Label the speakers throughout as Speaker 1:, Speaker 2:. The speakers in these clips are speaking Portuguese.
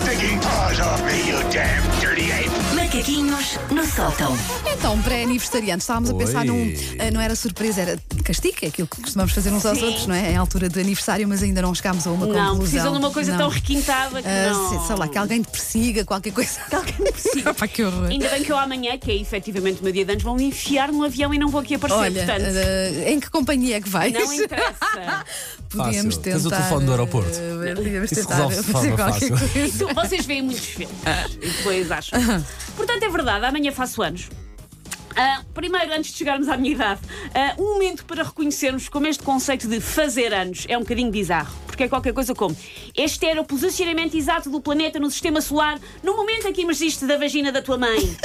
Speaker 1: taking paws off me, you damn dirty ape!
Speaker 2: Macaquinhos no sótão.
Speaker 3: Então, pré-aniversariante, estávamos a pensar
Speaker 4: Oi.
Speaker 3: num. ah, não era surpresa, era castigo, é aquilo que costumamos fazer uns aos outros, não é? Em altura do aniversário, mas ainda não chegámos a uma conclusão.
Speaker 5: Não, precisam de uma coisa
Speaker 3: Não.
Speaker 5: tão requintada que
Speaker 3: Ah,
Speaker 5: não.
Speaker 3: se- Sei lá, que alguém te persiga, qualquer coisa. Que alguém me persiga. Pá, que horror.
Speaker 5: Ainda bem que eu amanhã, que é efetivamente o meu dia de anos, vão me enfiar no avião e não vou aqui aparecer,
Speaker 3: Olha,
Speaker 5: portanto.
Speaker 3: ah, em que companhia é que vais?
Speaker 5: Não interessa.
Speaker 3: Podíamos
Speaker 4: Fácil.
Speaker 3: tentar.
Speaker 4: Tens o telefone do aeroporto.
Speaker 3: ah, podíamos
Speaker 4: Isso
Speaker 3: tentar
Speaker 4: resolve-se de
Speaker 3: fazer
Speaker 4: forma
Speaker 3: qualquer
Speaker 4: fácil.
Speaker 3: coisa.
Speaker 5: Isso, vocês veem muitos filmes e depois acham. Portanto, é verdade, amanhã faço anos. Ah, primeiro, antes de chegarmos à minha idade, ah, um momento para reconhecermos como este conceito de fazer anos é um bocadinho bizarro, porque é qualquer coisa como este era o posicionamento exato do planeta no sistema solar no momento em que emergiste da vagina da tua mãe.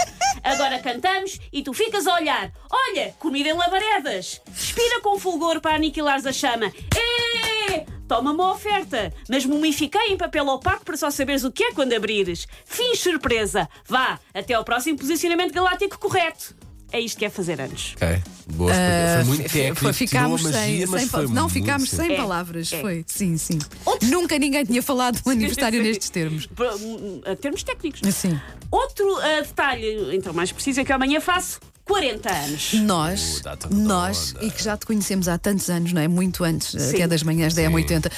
Speaker 5: Agora cantamos e tu ficas a olhar. Olha, comida em labaredas. Respira com fulgor para aniquilares a chama. É! Toma uma oferta, mas mumifiquei em papel opaco para só saberes o que é quando abrires. Fins surpresa. Vá, até ao próximo posicionamento galáctico correto. É isto que é fazer anos.
Speaker 4: Ok, boa escolha. Foi muito técnico,
Speaker 3: Eh, Foi- ficámos
Speaker 4: tirou a magia,
Speaker 3: sem,
Speaker 4: mas
Speaker 3: sem
Speaker 4: foi
Speaker 3: pa- não
Speaker 4: muito
Speaker 3: ficámos sem
Speaker 4: simples.
Speaker 5: É,
Speaker 3: palavras
Speaker 5: é.
Speaker 3: foi sim sim nunca ninguém tinha falado de um aniversário nestes termos
Speaker 5: Por- hum, a termos técnicos.
Speaker 3: Sim.
Speaker 5: Outro ah, detalhe, então mais preciso, é que eu amanhã faço 40 anos.
Speaker 3: Nós,
Speaker 4: Uh, data redonda.
Speaker 3: nós, e que já te conhecemos há tantos anos, não é? Muito antes,
Speaker 5: Sim.
Speaker 3: que é das manhãs da M80,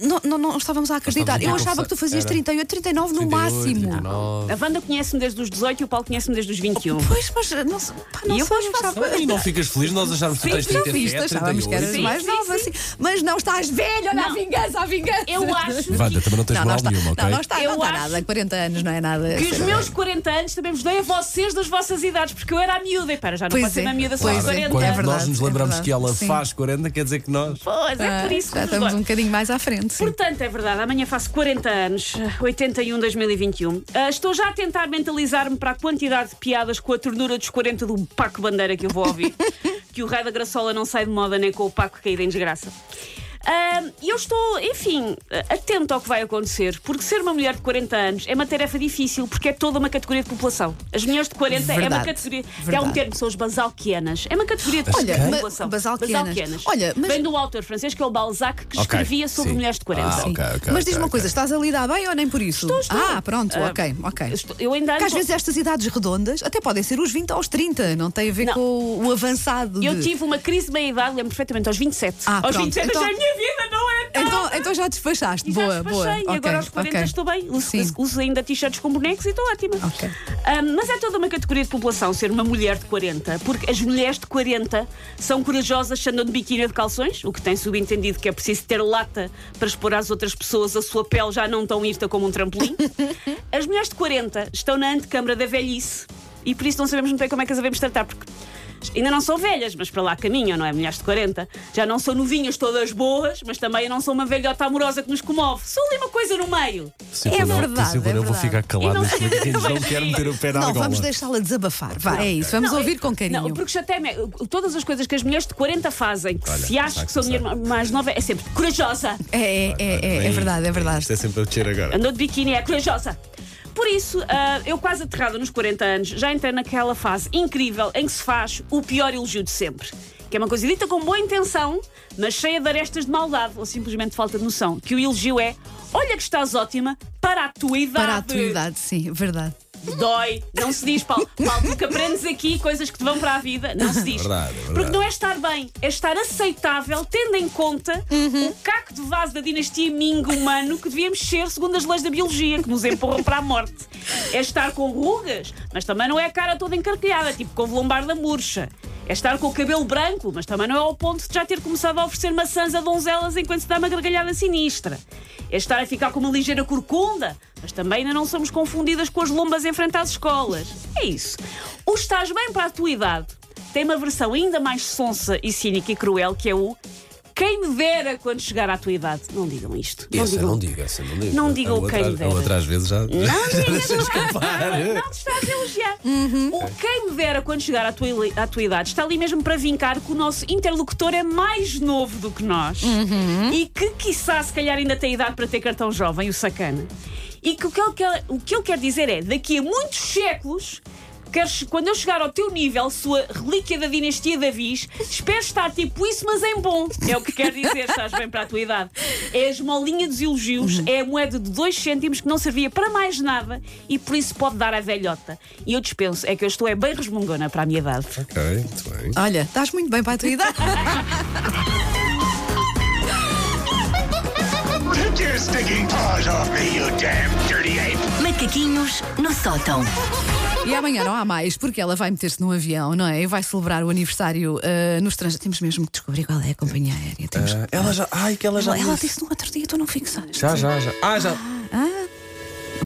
Speaker 3: não, não, não estávamos a acreditar.
Speaker 4: Estávamos a
Speaker 3: Eu achava que tu fazias
Speaker 4: conversar.
Speaker 3: 38, 39 no
Speaker 4: 38,
Speaker 3: máximo.
Speaker 4: 39.
Speaker 5: A Wanda conhece-me desde os 18 e o Paulo conhece-me desde os 21.
Speaker 3: Pois, mas eh, não, se- pá, não
Speaker 5: E eu
Speaker 3: sei,
Speaker 5: faço
Speaker 3: estava-
Speaker 4: E não ficas feliz nós acharmos que tu tens
Speaker 3: Já
Speaker 4: 37,
Speaker 3: viste, achávamos que eras
Speaker 4: 38.
Speaker 5: Sim,
Speaker 3: mais
Speaker 5: sim,
Speaker 3: nova, assim. Mas não estás velho, olha a
Speaker 5: Não.
Speaker 3: vingança, a vingança.
Speaker 5: Eu acho
Speaker 4: Wanda,
Speaker 5: que,
Speaker 4: também não
Speaker 3: não,
Speaker 4: tens
Speaker 3: não
Speaker 4: moral
Speaker 3: está,
Speaker 4: nenhuma, ok?
Speaker 3: não, não está,
Speaker 5: Eu
Speaker 3: não está
Speaker 5: acho
Speaker 3: nada. 40 anos não é nada.
Speaker 5: que os meus 40 anos também vos dei a vocês das vossas idades, porque eu era a miúda. E para, já não
Speaker 3: Pois
Speaker 5: pode ser
Speaker 3: é,
Speaker 5: uma miúda só
Speaker 3: pois
Speaker 5: de
Speaker 3: é,
Speaker 4: Claro,
Speaker 5: 40
Speaker 4: Quando
Speaker 3: é
Speaker 5: anos.
Speaker 3: verdade,
Speaker 4: nós nos
Speaker 3: é
Speaker 4: lembramos
Speaker 3: verdade.
Speaker 4: que ela
Speaker 3: Sim.
Speaker 4: faz 40, quer dizer que nós.
Speaker 5: Pois é, por
Speaker 3: Ah,
Speaker 5: isso que
Speaker 3: já
Speaker 5: vos
Speaker 3: estamos
Speaker 5: dou.
Speaker 3: um bocadinho mais à frente. sim.
Speaker 5: Portanto, é verdade, amanhã faço 40 anos, 81, 2021. Ah, estou já a tentar mentalizar-me para a quantidade de piadas com a ternura dos 40 do Paco Bandeira que eu vou ouvir. que o raio da graçola não sai de moda nem com o Paco caído em desgraça. Ah, E eu estou, enfim, atento ao que vai acontecer, porque ser uma mulher de 40 anos é uma tarefa difícil, porque é toda uma categoria de população. As mulheres de 40 é uma
Speaker 3: Verdade,
Speaker 5: categoria. É
Speaker 3: verdade.
Speaker 5: um termo, são as basalquianas. É uma categoria de
Speaker 3: Olha, ma-
Speaker 5: população.
Speaker 3: basalquianas. Olha, mas-
Speaker 5: Vem do autor francês, que é o Balzac, que
Speaker 4: Ok,
Speaker 5: escrevia sobre
Speaker 4: sim.
Speaker 5: mulheres de 40.
Speaker 4: Ah, ok, ok,
Speaker 3: Mas diz
Speaker 4: ok,
Speaker 3: uma
Speaker 4: ok.
Speaker 3: coisa, estás a lidar bem ou nem por isso?
Speaker 5: Estou, estou.
Speaker 3: Ah, pronto,
Speaker 5: Ah,
Speaker 3: ok, ok.
Speaker 5: estou- eu ainda
Speaker 3: Porque
Speaker 5: ando
Speaker 3: às
Speaker 5: com-
Speaker 3: vezes é estas idades redondas até podem ser os 20 aos 30, não tem a ver
Speaker 5: Não.
Speaker 3: com o, o avançado.
Speaker 5: Eu
Speaker 3: de-
Speaker 5: tive uma crise de meia-idade, lembro perfeitamente, aos 27.
Speaker 3: Ah,
Speaker 5: aos
Speaker 3: pronto.
Speaker 5: 27
Speaker 3: Então-
Speaker 5: achei a minha vida, não é? nada.
Speaker 3: Então, então já despachaste,
Speaker 5: E já
Speaker 3: boa,
Speaker 5: despachei,
Speaker 3: boa.
Speaker 5: E
Speaker 3: Ok,
Speaker 5: agora aos 40
Speaker 3: ok.
Speaker 5: estou bem. Uso,
Speaker 3: Sim.
Speaker 5: uso ainda t-shirts com bonecos e estou ótima.
Speaker 3: Ok.
Speaker 5: Ahm, mas é toda uma categoria de população ser uma mulher de 40, porque as mulheres de 40 são corajosas, se andam de biquíni ou de calções, o que tem subentendido que é preciso ter lata para expor às outras pessoas a sua pele já não tão irta como um trampolim. as mulheres de 40 estão na antecâmara da velhice e por isso não sabemos muito bem como é que as devemos tratar, porque. Ainda não são velhas, mas para lá caminham, não é? Mulheres de 40. Já não são novinhas todas boas, mas também não são uma velhota amorosa que nos comove. Sou ali uma coisa no meio.
Speaker 4: Sim,
Speaker 3: É
Speaker 4: eu não-
Speaker 3: verdade,
Speaker 4: sim,
Speaker 3: é
Speaker 4: Eu vou
Speaker 3: verdade.
Speaker 4: ficar
Speaker 5: E
Speaker 4: calado
Speaker 5: não-
Speaker 4: neste momento.
Speaker 5: Não
Speaker 4: Não
Speaker 5: vai-
Speaker 4: quero meter o pé na
Speaker 3: Não,
Speaker 4: argola.
Speaker 3: vamos deixá-la desabafar. Vá, é isso. Vamos ouvir com carinho.
Speaker 5: Não, porque chateia-me. é, Todas as coisas que as mulheres de 40 fazem, que
Speaker 4: Olha,
Speaker 5: se acham que são
Speaker 4: sabe,
Speaker 5: mulher mais nova, é sempre corajosa.
Speaker 3: É, é, é, é, é verdade, é verdade.
Speaker 4: Isto é sempre a descer agora.
Speaker 5: Andou de biquíni, é corajosa. Por isso, ah, eu quase aterrada nos 40 anos, já entrei naquela fase incrível em que se faz o pior elogio de sempre. Que é uma coisa dita com boa intenção, mas cheia de arestas de maldade ou simplesmente de falta de noção. Que o elogio é: olha que estás ótima para a tua idade.
Speaker 3: Para a tua idade, sim, verdade.
Speaker 5: Dói, não se diz, Paulo, Paulo, porque aprendes aqui coisas que te vão para a vida, não se diz.
Speaker 4: Verdade, verdade.
Speaker 5: Porque não é estar bem, é estar aceitável, tendo em conta o caco de vaso da dinastia Ming humano que devíamos ser segundo as leis da biologia, que nos empurram para a morte. É estar com rugas, mas também não é a cara toda encarquilhada, tipo com lombar da murcha. É estar com o cabelo branco, mas também não é ao ponto de já ter começado a oferecer maçãs a donzelas enquanto se dá uma gargalhada sinistra. É estar a ficar com uma ligeira corcunda, mas também ainda não somos confundidas com as lombas em frente às escolas. É isso. O estás bem para a tua idade tem uma versão ainda mais sonsa e cínica e cruel que é o quem me dera quando chegar à tua idade. Não digam isto. Não
Speaker 4: Essa
Speaker 5: digam.
Speaker 4: não diga, essa não diga.
Speaker 5: Não diga
Speaker 4: A
Speaker 5: o
Speaker 4: outra-
Speaker 5: quem dera.
Speaker 4: A outra às vezes já.
Speaker 5: Não digas, não é? Não te estás a elogiar. O quem me dera quando chegar à tua, ili- à tua idade está ali mesmo para vincar que o nosso interlocutor é mais novo do que nós e que, quiçá, se calhar ainda tem idade para ter cartão jovem, o sacana. E que o que ele quer, o que ele quer dizer é: daqui a muitos séculos. quero che- quando eu chegar ao teu nível, sua relíquia da dinastia Davis, espero estar tipo isso, mas em bom. É o que quero dizer, estás bem para a tua idade. É a esmolinha dos elogios, é a moeda de dois cêntimos que não servia para mais nada e por isso pode dar à velhota. E eu dispenso, é que eu estou é bem resmungona para a minha idade.
Speaker 4: Ok, muito bem.
Speaker 3: Olha, estás muito bem para a tua idade.
Speaker 1: Take your stinking paws off me, you damn dirty ape!
Speaker 2: Macaquinhos no sótão.
Speaker 3: E amanhã não há mais, porque ela vai meter-se num avião, não é? E vai celebrar o aniversário ah, no estrangeiro. Temos mesmo que descobrir qual é a companhia aérea. Temos...
Speaker 4: Ah, ela Eh, já. Ai, que ela já.
Speaker 3: ela
Speaker 4: disse.
Speaker 3: disse no outro dia, tu não fixaste.
Speaker 4: Já, já, já. Ah, já.
Speaker 3: Ah,